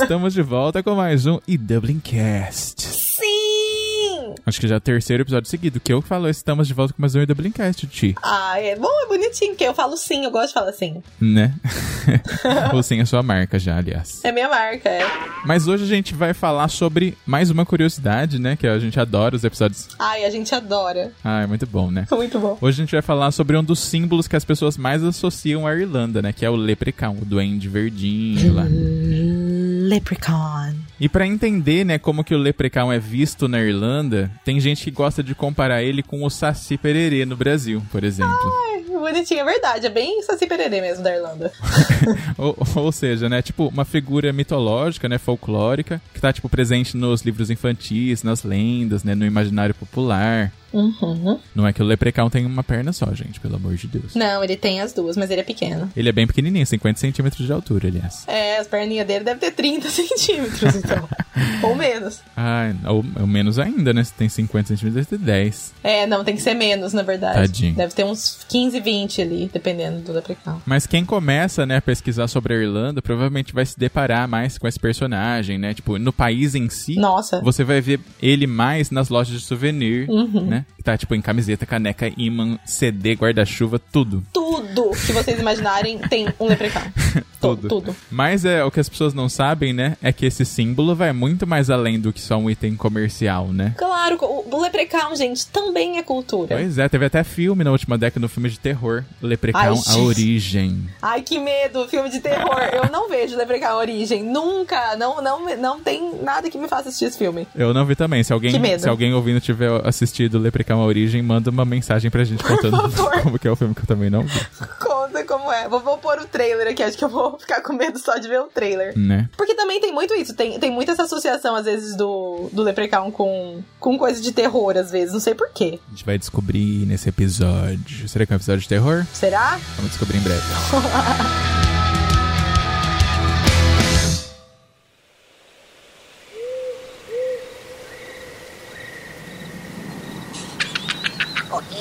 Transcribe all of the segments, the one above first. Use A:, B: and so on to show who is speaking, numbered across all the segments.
A: Estamos de volta com mais um e Dublin Cast.
B: Sim!
A: Acho que já é o terceiro episódio seguido que eu falo, estamos de volta com mais um e Dublin Cast, Ti,
B: Ah, é bom, é bonitinho, porque eu falo sim, eu gosto de falar sim.
A: né? Ou sem a sua marca já, aliás.
B: É minha marca, é.
A: Mas hoje a gente vai falar sobre mais uma curiosidade, né? Que a gente adora os episódios.
B: Ai, a gente adora.
A: Ah, é muito bom, né?
B: Foi muito bom.
A: Hoje a gente vai falar sobre um dos símbolos que as pessoas mais associam à Irlanda, né? Que é o leprechaun, o duende verdinho lá.
B: Leprechaun.
A: E pra entender, né, como que o leprechaun é visto na Irlanda, tem gente que gosta de comparar ele com o saci pererê no Brasil, por exemplo.
B: Ai, bonitinho, é verdade. É bem Saci Pererê mesmo da Irlanda.
A: Ou, ou seja, né, tipo uma figura mitológica, né, folclórica, que tá tipo presente nos livros infantis, nas lendas, né, no imaginário popular.
B: Uhum.
A: Não é que o leprechaun tem uma perna só, gente, pelo amor de Deus.
B: Não, ele tem as duas, mas ele é pequeno.
A: Ele é bem pequenininho, 50 centímetros de altura, aliás.
B: É, as perninhas dele devem ter 30 centímetros, então. Ou menos.
A: Ah, ou, ou menos ainda, né? Se tem 50 centímetros, deve ter 10.
B: É, não, tem que ser menos, na verdade.
A: Tadinho.
B: Deve ter uns 15, 20 ali, dependendo do Leprechaun.
A: Mas quem começa, né, a pesquisar sobre a Irlanda, provavelmente vai se deparar mais com esse personagem, né? Tipo, no país em si,
B: Nossa.
A: você vai ver ele mais nas lojas de souvenir,
B: Uhum.
A: né? Que tá, tipo, em camiseta, caneca, imã, CD, guarda-chuva, tudo.
B: Tudo que vocês imaginarem tem um Leprechaun.
A: Tudo.
B: Tudo.
A: Mas é o que as pessoas não sabem, né? É que esse símbolo vai muito mais além do que só um item comercial, né?
B: Claro, o o Leprechaun, gente, também é cultura.
A: Pois é, teve até filme na última década, no filme de terror,
B: Ai,
A: Leprechaun, A
B: gente.
A: Origem.
B: Ai, que medo, filme de terror. Eu não vejo Leprechaun Origem, nunca. Não, não, não tem nada que me faça assistir esse filme.
A: Eu não vi também. Se
B: Que
A: alguém,
B: medo.
A: se alguém ouvindo tiver assistido Leprechaun à Origem, manda uma mensagem pra gente contando
B: favor.
A: como que é o filme que eu também não vi,
B: Conta como é. Vou, vou pôr o trailer aqui, acho que eu vou ficar com medo só de ver o trailer.
A: né?
B: Porque também tem muito isso, tem, tem muita essa associação, às vezes, do, do Leprechaun com, com coisa de terror, às vezes, não sei porquê.
A: A gente vai descobrir nesse episódio. Será que é um episódio de terror?
B: Será?
A: Vamos descobrir em breve.
C: Ok.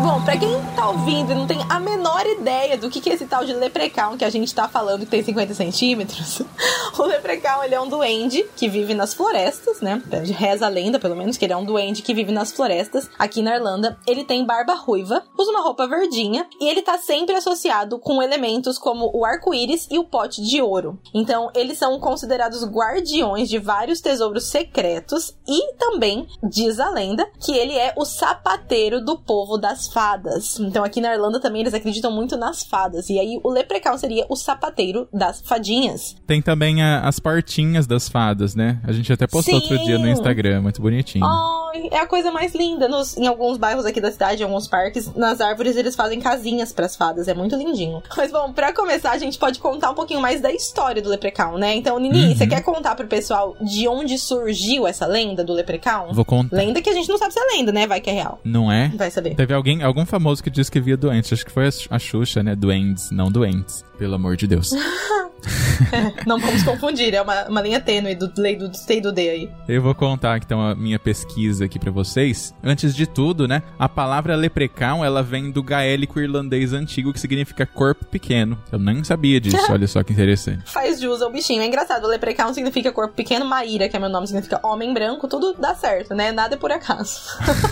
B: Bom, pra quem tá ouvindo e não tem a menor ideia do que, que é esse tal de leprechaun que a gente tá falando que tem 50 centímetros, o leprechaun ele é um duende que vive nas florestas, né? Reza a lenda, pelo menos, que ele é um duende que vive nas florestas aqui na Irlanda. Ele tem barba ruiva, usa uma roupa verdinha e ele tá sempre associado com elementos como o arco-íris e o pote de ouro. Então, eles são considerados guardiões de vários tesouros secretos e também diz a lenda que ele é o sapateiro do povo das fadas. Então, aqui na Irlanda também eles acreditam muito nas fadas. E aí, o leprechaun seria o sapateiro das fadinhas.
A: Tem também a- as portinhas das fadas, né? A gente até postou
B: Sim.
A: outro dia no Instagram, muito bonitinho.
B: Ai, é a coisa mais linda. Nos- em alguns bairros aqui da cidade, em alguns parques, nas árvores eles fazem casinhas pras fadas. É muito lindinho. Mas bom, pra começar, a gente pode contar um pouquinho mais da história do Leprechaun, né? Então, Nini,
A: Uhum.
B: você quer contar pro pessoal de onde surgiu essa lenda do Leprechaun?
A: Vou contar.
B: Lenda que a gente não sabe se é lenda, né? Vai que é real.
A: Não é?
B: Vai saber.
A: Teve alguém, algum famoso que disse que via doentes. Acho que foi a Xu- a Xuxa, né? Doentes, não doentes. Pelo amor de Deus.
B: não vamos confundir, é uma, uma linha tênue do lei do C e do D aí.
A: Eu vou contar então a minha pesquisa aqui pra vocês. Antes de tudo, né, a palavra leprechaun, ela vem do gaélico irlandês antigo que significa corpo pequeno. Eu nem sabia disso, olha só que interessante.
B: Faz jus ao bichinho. É engraçado, o leprechaun significa corpo pequeno, Maíra, que é meu nome, significa homem branco, tudo dá certo, né? Nada é por acaso.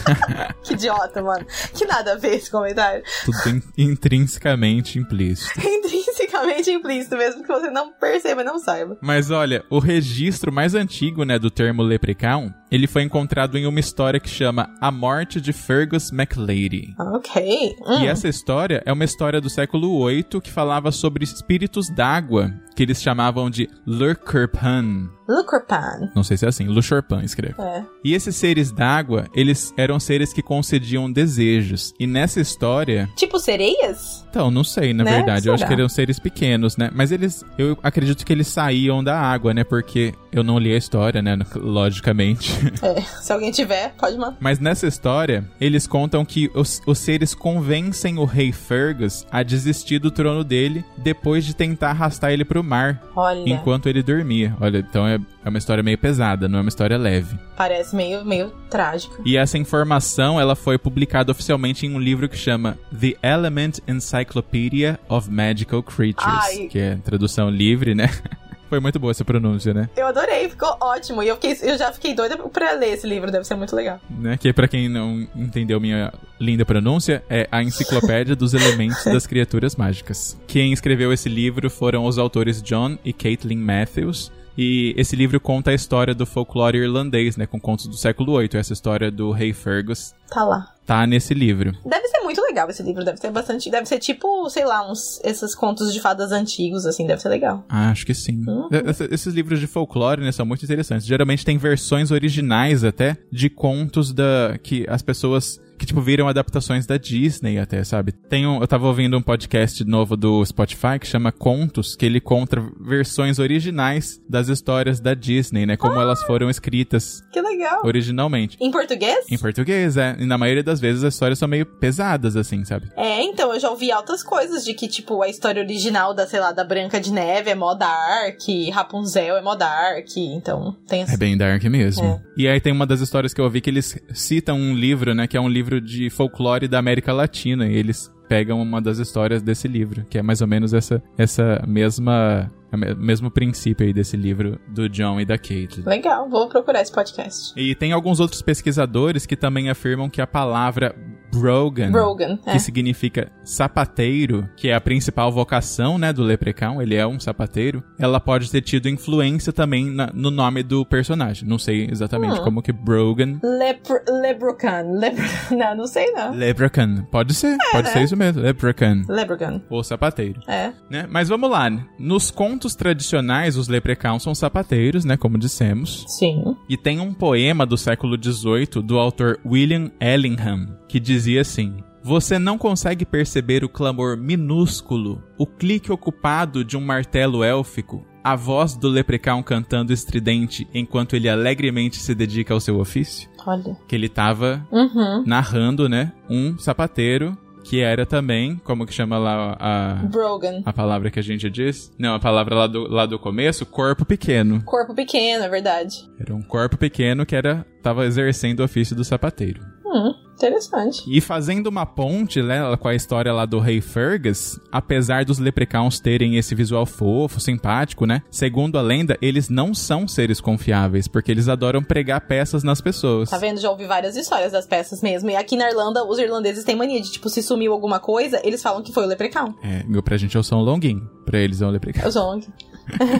B: que idiota, mano. Que nada a ver esse comentário.
A: Tudo in- intrinsecamente implícito.
B: É intrinsecamente implícito, mesmo que você não perceba e não saiba.
A: Mas olha, o registro mais antigo, né, do termo leprechaun, ele foi encontrado em uma história que chama A Morte de Fergus MacLady.
B: Ok. Hum.
A: E essa história é uma história do século VIII que falava sobre espíritos d'água, que eles chamavam de Lurkerpan.
B: Lucorpan.
A: Não sei se é assim, Luchorpan escreve.
B: É.
A: E esses seres d'água, eles eram seres que concediam desejos. E nessa história.
B: Tipo sereias?
A: Então, não sei, na
B: Né?
A: verdade. Eu acho que
B: Será?
A: eram seres pequenos, né? Mas eles. Eu acredito que eles saíam da água, né? Porque Eu não li a história, né? Logicamente.
B: É, se alguém tiver, pode mandar.
A: Mas nessa história, eles contam que os, os seres convencem o rei Fergus a desistir do trono dele depois de tentar arrastar ele pro mar
B: Olha,
A: enquanto ele dormia. Olha, então é, é uma história meio pesada, não é uma história leve.
B: parece meio, meio trágico.
A: E essa informação ela foi publicada oficialmente em um livro que chama The Element Encyclopedia of Magical Creatures,
B: Ai.
A: que é tradução livre, né? Foi muito boa essa pronúncia, né?
B: Eu adorei, ficou ótimo. E eu, fiquei, eu já fiquei doida pra ler esse livro, deve ser muito legal.
A: né? Que pra quem não entendeu minha linda pronúncia, é a Enciclopédia dos Elementos das Criaturas Mágicas. Quem escreveu esse livro foram os autores John e Caitlin Matthews. E esse livro conta a história do folclore irlandês, né, com contos do século VIII. Essa história do rei Fergus
B: Tá lá.
A: tá nesse livro.
B: Deve ser muito legal esse livro, deve ser bastante. Deve ser tipo, sei lá, uns esses contos de fadas antigos, assim, deve ser legal.
A: Ah, acho que sim.
B: Uhum.
A: Essa- Esses livros de folclore, né, são muito interessantes. Geralmente tem versões originais até de contos da que as pessoas que tipo viram adaptações da Disney até, sabe? Tem um, eu tava ouvindo um podcast novo do Spotify que chama Contos, que ele conta versões originais das histórias da Disney, né, como elas foram escritas
B: Que legal.
A: originalmente.
B: Em português?
A: Em português, é. E na maioria das vezes as histórias são meio pesadas assim, sabe?
B: É, então, eu já ouvi altas coisas de que, tipo, a história original da, sei lá, da Branca de Neve é mó dark, Rapunzel é mó dark, então tem
A: É
B: essa...
A: bem dark mesmo.
B: É.
A: E aí tem uma das histórias que eu ouvi que eles citam um livro, né? Que é um livro de folclore da América Latina. E eles pegam uma das histórias desse livro, que é mais ou menos essa, essa mesma. a me- mesmo princípio aí desse livro do John e da Caitlin.
B: Legal, vou procurar esse podcast.
A: E tem alguns outros pesquisadores que também afirmam que a palavra Brogan
B: Brogan,
A: né? que
B: é.
A: significa sapateiro, que é a principal vocação, né, do Leprechaun, ele é um sapateiro, ela pode ter tido influência também na- no nome do personagem. Não sei exatamente
B: Hum.
A: como que Brogan...
B: Lepr Lebrocan, Lebr- Não, não sei não.
A: Leprechaun. Pode ser,
B: É.
A: pode ser isso mesmo, Leprechaun.
B: Lebrogan,
A: Ou sapateiro,
B: é.
A: né? Mas vamos lá. né? Nos contos tradicionais, os Leprechauns são sapateiros, né? Como dissemos.
B: Sim.
A: E tem um poema do século XVIII do autor William Ellingham que dizia assim: Você não consegue perceber o clamor minúsculo, o clique ocupado de um martelo élfico, a voz do leprechaun cantando estridente enquanto ele alegremente se dedica ao seu ofício?
B: Olha.
A: Que ele tava
B: Uhum.
A: narrando, né? Um sapateiro que era também, como que chama lá a,
B: Brogan.
A: a palavra que a gente diz? Não, a palavra lá do, lá do começo, corpo pequeno.
B: Corpo pequeno, é verdade.
A: Era um corpo pequeno que era tava exercendo o ofício do sapateiro.
B: Hum, interessante.
A: E fazendo uma ponte né, com a história lá do rei Fergus, apesar dos leprechauns terem esse visual fofo, simpático, né? Segundo a lenda, eles não são seres confiáveis, porque eles adoram pregar peças nas pessoas.
B: Tá vendo? Já ouvi várias histórias das peças mesmo. E aqui na Irlanda, os irlandeses têm mania de, tipo, se sumiu alguma coisa, eles falam que foi o leprechaun.
A: É, pra gente é o São Longuinho, pra eles é um leprechaun.
B: É o Zong.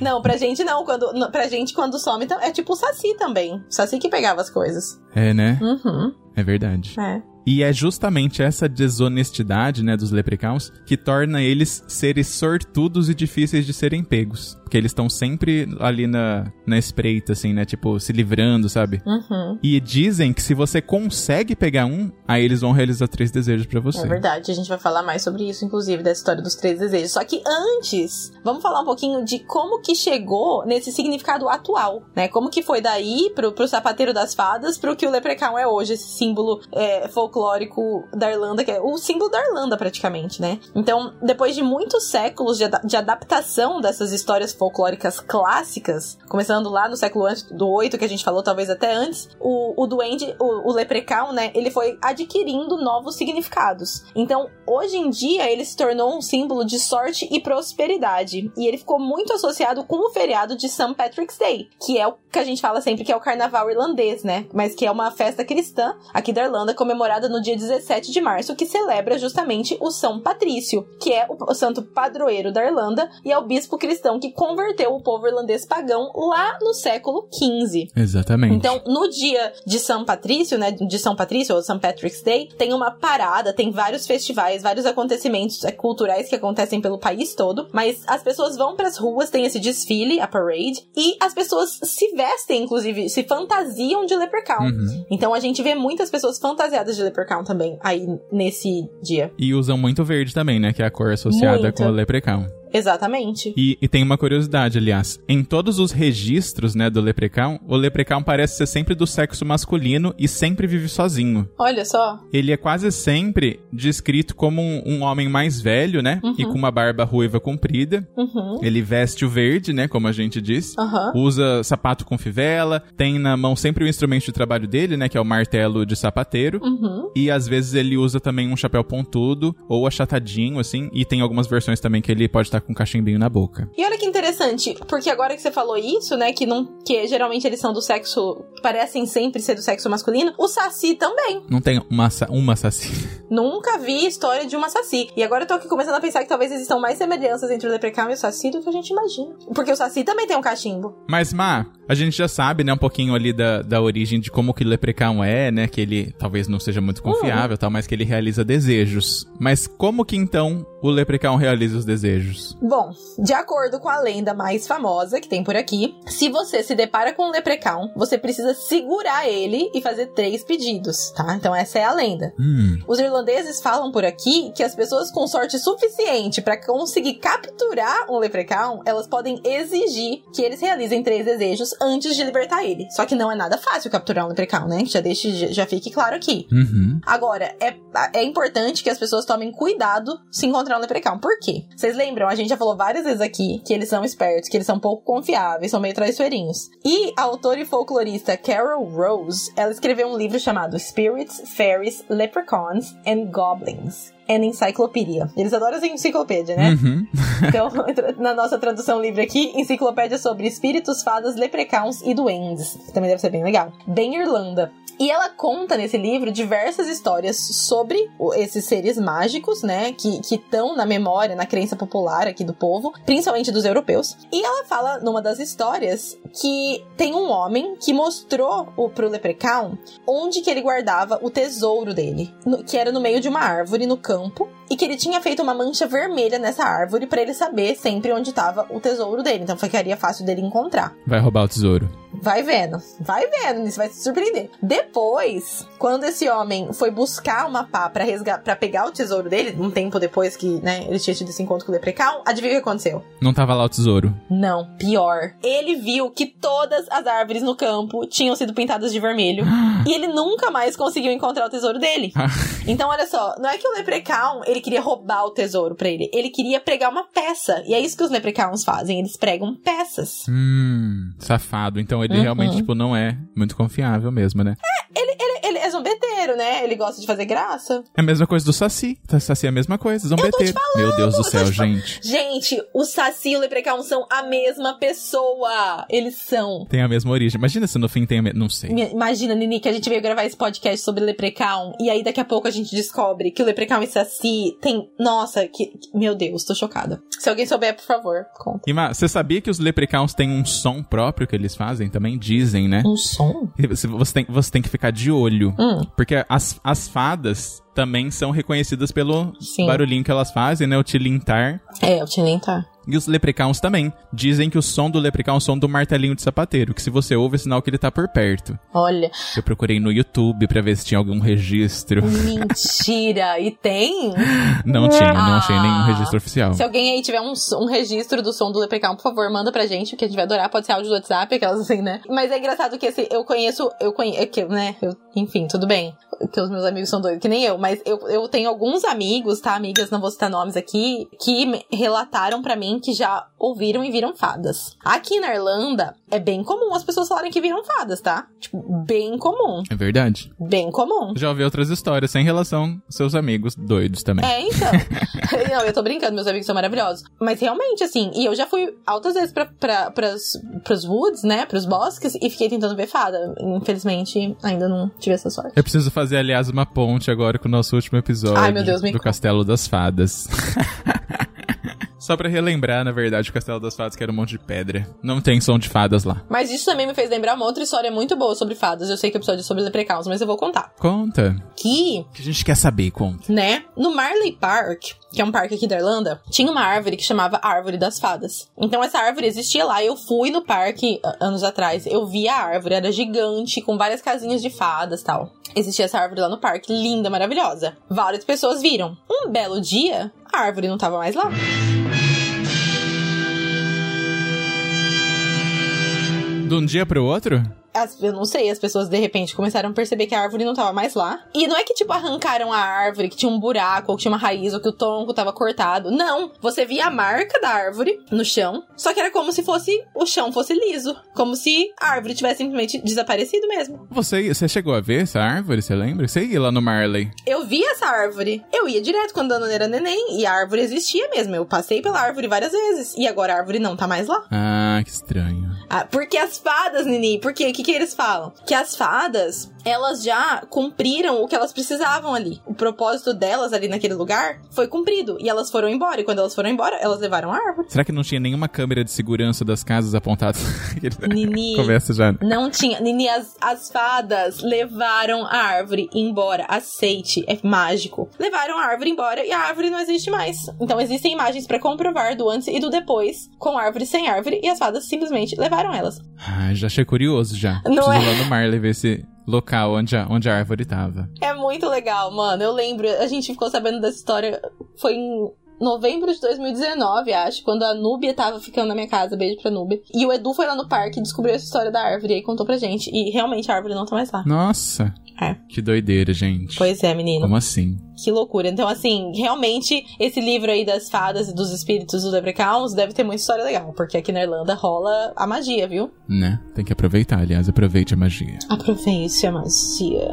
B: não, pra gente não. Quando, não, pra gente, quando some, tam- é tipo o Saci também. O Saci que pegava as coisas.
A: É, né?
B: Uhum,
A: É verdade.
B: é.
A: E é justamente essa desonestidade, né, dos leprechauns que torna eles seres sortudos e difíceis de serem pegos. Porque eles estão sempre ali na, na espreita, assim, né, tipo, se livrando, sabe?
B: Uhum.
A: E dizem que se você consegue pegar um, aí eles vão realizar três desejos pra
B: É
A: você.
B: verdade, a gente vai falar mais sobre isso, inclusive, da história dos três desejos. Só que antes, vamos falar um pouquinho de como que chegou nesse significado atual, né? Como que foi daí pro, pro sapateiro das fadas pro que o leprechaun é hoje, esse símbolo é, folclórico da Irlanda, que é o símbolo da Irlanda praticamente, né? Então, depois de muitos séculos de, ada- de adaptação dessas histórias folclóricas clássicas, começando lá no século antes do 8, que a gente falou talvez até antes, o, o duende, o, o leprechaun, né, ele foi adquirindo novos significados. Então, hoje em dia, ele se tornou um símbolo de sorte e prosperidade. E ele ficou muito associado com o feriado de St. Patrick's Day, que é o que a gente fala sempre que é o carnaval irlandês, né? Mas que é uma festa cristã aqui da Irlanda, comemorada no dia 17 de março, que celebra justamente o São Patrício, que é o o santo padroeiro da Irlanda e é o bispo cristão que converteu o povo irlandês pagão lá no século XV.
A: Exatamente.
B: Então, no dia de São Patrício, né, de São Patrício ou São Patrick's Day, tem uma parada, tem vários festivais, vários acontecimentos eh, culturais que acontecem pelo país todo, mas as pessoas vão pras ruas, tem esse desfile, a parade, e as pessoas se vestem, inclusive, se fantasiam de leprechaun.
A: Uhum.
B: Então a gente vê muitas pessoas fantasiadas de leprechaun também aí nesse dia.
A: E usam muito verde também, né, que é a cor associada
B: Muito.
A: com o leprechaun.
B: Exatamente.
A: E, e tem uma curiosidade, aliás. Em todos os registros, né, do Leprechaun, o Leprechaun parece ser sempre do sexo masculino e sempre vive sozinho.
B: Olha só.
A: Ele é quase sempre descrito como um, um homem mais velho, né?
B: Uhum.
A: E com uma barba ruiva comprida.
B: Uhum.
A: Ele veste o verde, né? Como a gente disse.
B: Aham.
A: Usa sapato com fivela. Tem na mão sempre o instrumento de trabalho dele, né? Que é o martelo de sapateiro.
B: Uhum.
A: E às vezes ele usa também um chapéu pontudo ou achatadinho, assim. E tem algumas versões também que ele pode estar com um cachimbinho na boca.
B: E olha que interessante, porque agora que você falou isso, né, que não, que geralmente eles são do sexo, parecem sempre ser do sexo masculino, o saci também.
A: Não tem uma, sa- uma assassina.
B: Nunca vi história de uma saci. E agora eu tô aqui começando a pensar que talvez existam mais semelhanças entre o leprechaun e o saci do que a gente imagina. Porque o saci também tem um cachimbo.
A: Mas, Má, a gente já sabe, né, um pouquinho ali da, da origem de como que o Leprechaun é, né? Que ele talvez não seja muito confiável e tal, mas que ele realiza desejos. Mas como que então o Leprechaun realiza os desejos?
B: Bom, de acordo com a lenda mais famosa que tem por aqui, se você se depara com um leprechaun, você precisa segurar ele e fazer três pedidos, tá? Então essa é a lenda.
A: Hum.
B: Os irlandeses falam por aqui que as pessoas com sorte suficiente para conseguir capturar um leprechaun, elas podem exigir que eles realizem três desejos antes de libertar ele. Só que não é nada fácil capturar um leprechaun, né? Já deixe, já- já fique claro aqui.
A: Uhum.
B: Agora, é, é importante que as pessoas tomem cuidado se encontrar um leprechaun. Por quê? Vocês lembram? A gente já falou várias vezes aqui que eles são espertos, que eles são pouco confiáveis, são meio traiçoeirinhos. E a autora e folclorista Carol Rose, ela escreveu um livro chamado Spirits, Fairies, Leprechauns and Goblins. And Encyclopedia. Eles adoram essa enciclopédia, né?
A: Uhum.
B: Então, na nossa tradução livre aqui, enciclopédia sobre espíritos, fadas, leprechauns e duendes. que Também deve ser bem legal. Bem Irlanda. E ela conta nesse livro diversas histórias sobre o- esses seres mágicos, né? Que estão na memória, na crença popular aqui do povo, principalmente dos europeus. E ela fala numa das histórias que tem um homem que mostrou o, pro leprechaun onde que ele guardava o tesouro dele, no- que era no meio de uma árvore no campo, e que ele tinha feito uma mancha vermelha nessa árvore pra ele saber sempre onde estava o tesouro dele, então ficaria fácil dele encontrar.
A: Vai roubar o tesouro.
B: Vai vendo, vai vendo, isso vai se surpreender. Depois, quando esse homem foi buscar uma pá pra resga- pra pegar o tesouro dele, um tempo depois que, né, ele tinha tido esse encontro com o Leprechaun, adivinha o que aconteceu?
A: Não tava lá o tesouro.
B: Não, pior. Ele viu que todas as árvores no campo tinham sido pintadas de vermelho. E ele nunca mais conseguiu encontrar o tesouro dele. Então, olha só, não é que o Leprechaun, ele queria roubar o tesouro pra ele. Ele queria pregar uma peça. E é isso que os Leprechauns fazem, eles pregam peças.
A: Hum, safado. Então ele
B: Uhum.
A: realmente, tipo, não é muito confiável mesmo, né?
B: Ele, ele é zombeteiro, né? Ele gosta de fazer graça.
A: É a mesma coisa do Saci. O Saci é a mesma coisa, zombeteiro. Meu Deus do
B: eu tô
A: céu,
B: te falando.
A: gente.
B: Gente, o Saci e o Leprechaun são a mesma pessoa. Eles são.
A: Tem a mesma origem. Imagina se no fim tem a me... Não sei.
B: Mi- Imagina, Nini, que a gente veio gravar esse podcast sobre Leprechaun e aí daqui a pouco a gente descobre que o Leprechaun e Saci tem. Nossa, que. Meu Deus, tô chocada. Se alguém souber, por favor, conta.
A: E, Má, você sabia que os leprechauns têm um som próprio que eles fazem também? Dizem, né?
B: Um som?
A: E Você você tem, você tem que ficar de olho.
B: Hum,
A: Porque as, as fadas também são reconhecidas pelo
B: Sim.
A: barulhinho que elas fazem, né? O tilintar.
B: é, eu tinha nem tá.
A: E os leprechauns também. Dizem que o som do leprechaun é o som do martelinho de sapateiro, que se você ouve é sinal que ele tá por perto.
B: Olha,
A: Eu procurei no YouTube pra ver se tinha algum registro.
B: mentira! E tem?
A: Não tinha, não achei nenhum
B: Ah.
A: registro oficial.
B: Se alguém aí tiver um, som- um registro do som do Leprechaun, por favor, manda pra gente, que a gente vai adorar. Pode ser áudio do WhatsApp, aquelas assim, né? Mas é engraçado que esse, eu conheço, eu conheço, né? Eu- enfim, tudo bem. Que os meus amigos são doidos, que nem eu. Mas eu, eu tenho alguns amigos, tá? Amigas, não vou citar nomes aqui, que me relataram pra mim que já ouviram e viram fadas. Aqui na Irlanda, é bem comum as pessoas falarem que viram fadas, tá? Tipo, bem comum.
A: É verdade.
B: Bem comum.
A: Já ouvi outras histórias sem relação aos seus amigos doidos também.
B: É, então. não, eu tô brincando, meus amigos são maravilhosos. Mas realmente, assim, e eu já fui altas vezes pra, pra, pras, pros woods, né? Pros bosques, e fiquei tentando ver fada. Infelizmente, ainda não tive essa sorte.
A: Eu preciso fazer, aliás, uma ponte agora com o nosso último episódio
B: Ai, meu Deus, me
A: do
B: conta.
A: Castelo das Fadas. Só pra relembrar, na verdade, o Castelo das Fadas que era um monte de pedra. Não tem som de fadas lá.
B: Mas isso também me fez lembrar uma outra história muito boa sobre fadas. Eu sei que o episódio é sobre leprechauns, mas eu vou contar.
A: Conta.
B: Que
A: O que a gente quer saber, conta.
B: né? No Marley Park, que é um parque aqui da Irlanda, tinha uma árvore que chamava Árvore das Fadas. Então essa árvore existia lá, eu fui no parque a- anos atrás, eu vi a árvore, era gigante, com várias casinhas de fadas e tal. Existia essa árvore lá no parque, linda, maravilhosa. Várias pessoas viram. Um belo dia, a árvore não tava mais lá.
A: De um dia pro outro?
B: As- eu não sei, as pessoas de repente começaram a perceber que a árvore não tava mais lá. E não é que, tipo, arrancaram a árvore, que tinha um buraco, ou que tinha uma raiz, ou que o tronco tava cortado. Não! Você via a marca da árvore no chão, só que era como se fosse o chão fosse liso. Como se a árvore tivesse simplesmente desaparecido mesmo.
A: Você, você chegou a ver essa árvore, você lembra? Você ia lá no Marley.
B: Eu vi essa árvore. Eu ia direto quando a Nana era neném, e a árvore existia mesmo. Eu passei pela árvore várias vezes, e agora a árvore não tá mais lá.
A: Ah, que estranho.
B: Ah, porque as fadas, Nini, porque o que, que eles falam? Que as fadas, elas já cumpriram o que elas precisavam ali. O propósito delas ali naquele lugar foi cumprido. E elas foram embora. E quando elas foram embora, elas levaram a árvore.
A: Será que não tinha nenhuma câmera de segurança das casas apontadas? É,
B: Nini.
A: Começa já. né?
B: Não tinha. Nini, as, as fadas levaram a árvore embora. Aceite, é mágico. Levaram a árvore embora e a árvore não existe mais. Então existem imagens pra comprovar do antes e do depois, com árvore sem árvore, e as fadas simplesmente levaram elas.
A: Ah, já achei curioso já.
B: Não
A: Preciso
B: é?
A: ir lá no Marley ver esse local onde a, onde a árvore tava.
B: É muito legal, mano. Eu lembro, a gente ficou sabendo dessa história. Foi em novembro de 2019, acho, quando a Núbia tava ficando na minha casa. Beijo pra Núbia. E o Edu foi lá no parque e descobriu essa história da árvore. E aí contou pra gente. E realmente a árvore não tá mais lá.
A: Nossa.
B: É.
A: Que doideira, gente.
B: Pois é, menino.
A: Como assim?
B: Que loucura. Então, assim, realmente, esse livro aí das fadas e dos espíritos do Debrekaus deve ter muita história legal. Porque aqui na Irlanda rola a magia, viu?
A: Né? Tem que aproveitar, aliás, aproveite a magia.
B: Aproveite a magia.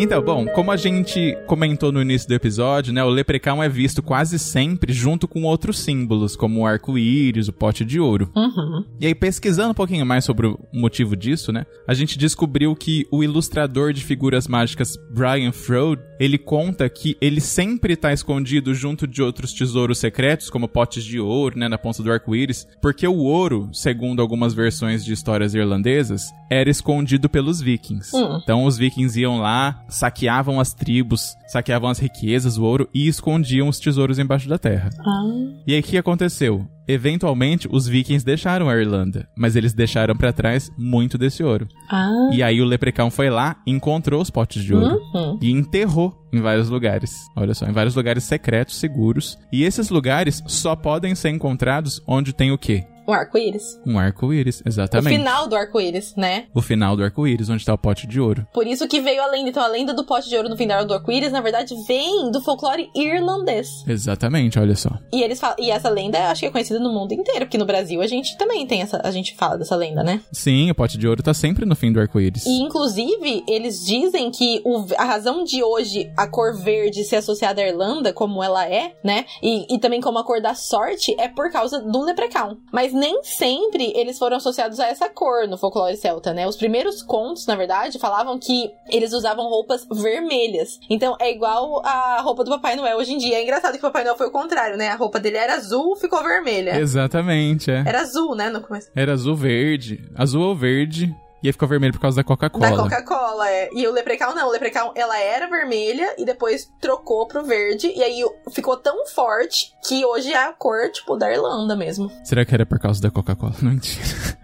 A: Então, bom, como a gente comentou no início do episódio, né, o leprecaun é visto quase sempre junto com outros símbolos, como o arco-íris, o pote de ouro.
B: Uhum.
A: E aí, pesquisando um pouquinho mais sobre o motivo disso, né, a gente descobriu que o ilustrador de figuras mágicas Brian Froud, ele conta que ele sempre tá escondido junto de outros tesouros secretos, como potes de ouro, né, na ponta do arco-íris, porque o ouro, segundo algumas versões de histórias irlandesas, era escondido pelos vikings.
B: Hum.
A: Então os vikings iam lá, saqueavam as tribos, saqueavam as riquezas, o ouro e escondiam os tesouros embaixo da terra.
B: Ah.
A: E aí o que aconteceu? Eventualmente os vikings deixaram a Irlanda, mas eles deixaram pra trás muito desse ouro.
B: Ah.
A: E aí o leprecaun foi lá, encontrou os potes de ouro
B: Uhum.
A: e enterrou em vários lugares. Olha só, em vários lugares secretos, seguros. E esses lugares só podem ser encontrados onde tem o quê?
B: O arco-íris.
A: Um arco-íris,
B: O
A: exatamente.
B: final do arco-íris, né?
A: O final do arco-íris, onde tá o pote de ouro.
B: Por isso que veio a lenda. Então, a lenda do pote de ouro no final do arco-íris, na verdade, vem do folclore irlandês.
A: Exatamente, olha só.
B: E eles falam, e essa lenda eu acho que é conhecida no mundo inteiro, porque no Brasil a gente também tem essa. A gente fala dessa lenda, né?
A: Sim, o pote de ouro tá sempre no fim do arco-íris.
B: E inclusive, eles dizem que o- a razão de hoje a cor verde ser associada à Irlanda, como ela é, né? E, e também como a cor da sorte, é por causa do leprecaun. Mas nem sempre eles foram associados a essa cor no folclore celta, né? Os primeiros contos, na verdade, falavam que eles usavam roupas vermelhas. Então é igual a roupa do Papai Noel hoje em dia. É engraçado que o Papai Noel foi o contrário, né? A roupa dele era azul, ficou vermelha.
A: Exatamente, é.
B: Era azul, né? No começo.
A: Era azul verde. Azul ou verde. E aí ficou vermelho por causa da Coca-Cola.
B: Da Coca-Cola, é. E o Leprechaun não. O Leprechaun, ela era vermelha e depois trocou pro verde. E aí ficou tão forte que hoje é a cor, tipo, da Irlanda mesmo.
A: Será que era por causa da Coca-Cola? Não mentira.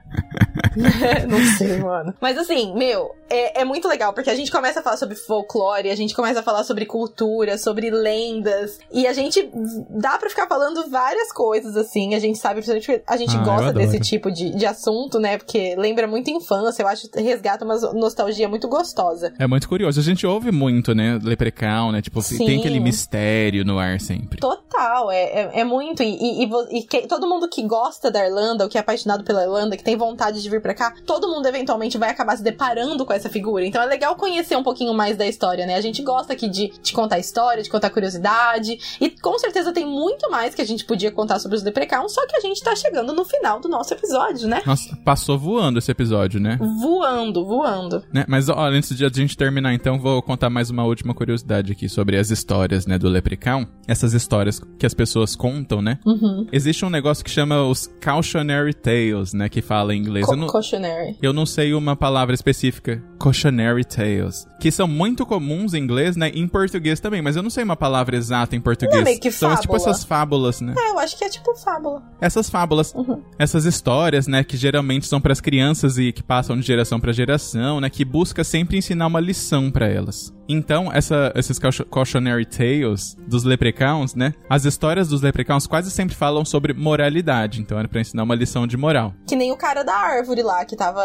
B: não sei, mano. Mas assim, meu, é, é muito legal. Porque a gente começa a falar sobre folclore, a gente começa a falar sobre cultura, sobre lendas. E a gente dá pra ficar falando várias coisas, assim. A gente sabe, principalmente porque a gente
A: Ah, eu
B: gosta
A: adoro.
B: desse tipo de, de assunto, né? Porque lembra muito infância. Eu acho, resgata uma nostalgia muito gostosa.
A: É muito curioso. A gente ouve muito, né? Leprecaun, né? Tipo,
B: Sim.
A: tem aquele mistério no ar sempre.
B: Total, é, é, é muito. E, e- e vo- e que- todo mundo que gosta da Irlanda, ou que é apaixonado pela Irlanda, que tem vontade de vir pra cá, todo mundo eventualmente vai acabar se deparando com essa figura. Então é legal conhecer um pouquinho mais da história, né? A gente gosta aqui de te contar história, de contar curiosidade. E com certeza tem muito mais que a gente podia contar sobre os Leprechauns, só que a gente tá chegando no final do nosso episódio, né?
A: Nossa, passou voando esse episódio, né?
B: Voando, voando.
A: Né? Mas ó, antes de a gente terminar, então, vou contar mais uma última curiosidade aqui sobre as histórias, né, do Leprecaun. Essas histórias que as pessoas contam, né?
B: Uhum.
A: Existe um negócio que chama os cautionary tales, né, que fala em inglês. Eu
B: Co
A: não,
B: cautionary.
A: eu não sei uma palavra específica. Cautionary Tales, que são muito comuns em inglês, né? E em português também, mas eu não sei uma palavra exata em português.
B: é meio que
A: são tipo
B: fábula.
A: essas fábulas, né?
B: É, eu acho que é tipo fábula.
A: Essas fábulas,
B: Uhum.
A: essas histórias, né, que geralmente são pras crianças e que passam de geração pra geração, né, que busca sempre ensinar uma lição pra elas. Então, essa- esses caucho- cautionary tales dos leprechauns, né, as histórias dos leprechauns quase sempre falam sobre moralidade, então era pra ensinar uma lição de moral.
B: Que nem o cara da árvore lá, que tava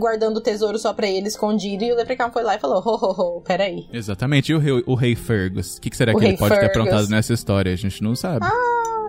B: guardando o tesouro só pra ele escondido. E o Leprechaun foi lá e falou: ho, ho, ho, peraí.
A: Exatamente. E o rei, o rei Fergus? O que, que será
B: O
A: que ele
B: rei
A: pode ter
B: Fergus. Ah.
A: aprontado nessa história? A gente não sabe.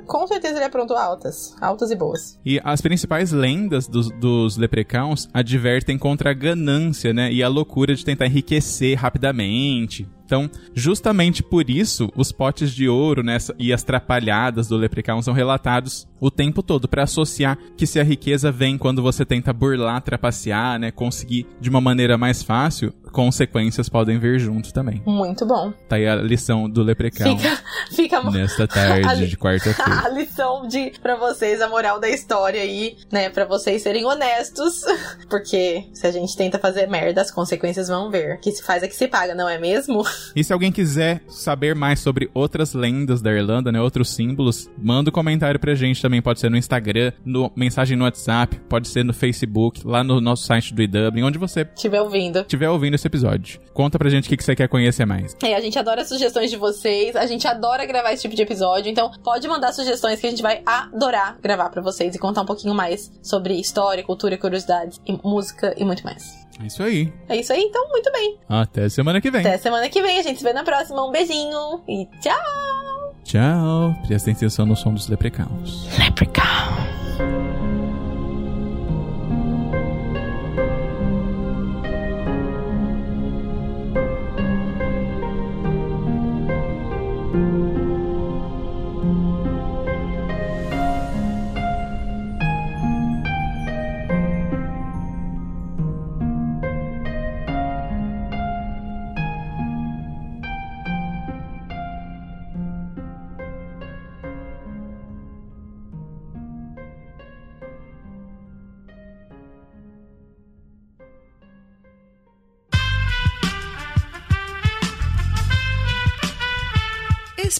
B: Com certeza ele aprontou altas. Altas e boas.
A: E as principais lendas dos, dos leprechauns advertem contra a ganância, né? E a loucura de tentar enriquecer rapidamente. Então, justamente por isso, os potes de ouro né, essa- e as trapalhadas do leprechaun são relatados o tempo todo, para associar que se a riqueza vem quando você tenta burlar, trapacear, né, conseguir de uma maneira mais fácil, consequências podem vir junto também.
B: Muito bom.
A: Tá aí a lição do leprechaun
B: Fica, fica a mo-
A: nesta
B: Ali-
A: tarde de quarta-feira.
B: a lição de para vocês a moral da história aí, né, Pra vocês serem honestos, porque se a gente tenta fazer merda, as consequências vão ver. O Que se faz é que se paga, não é mesmo?
A: E se alguém quiser saber mais sobre outras lendas da Irlanda, né, outros símbolos, manda um comentário pra gente também, pode ser no Instagram, no mensagem no WhatsApp, pode ser no Facebook, lá no nosso site do IW, onde você
B: Estiver ouvindo.
A: estiver ouvindo esse episódio. Conta pra gente o que que você quer conhecer mais.
B: É, a gente adora sugestões de vocês, a gente adora gravar esse tipo de episódio, então pode mandar sugestões que a gente vai adorar gravar pra vocês e contar um pouquinho mais sobre história, cultura, curiosidades, e música e muito mais.
A: É isso aí.
B: É isso aí, então, muito bem.
A: Até semana que vem.
B: Até semana que vem, a gente se vê na próxima. Um beijinho e tchau!
A: Tchau. Prestem atenção no som dos leprechauns.
D: Esse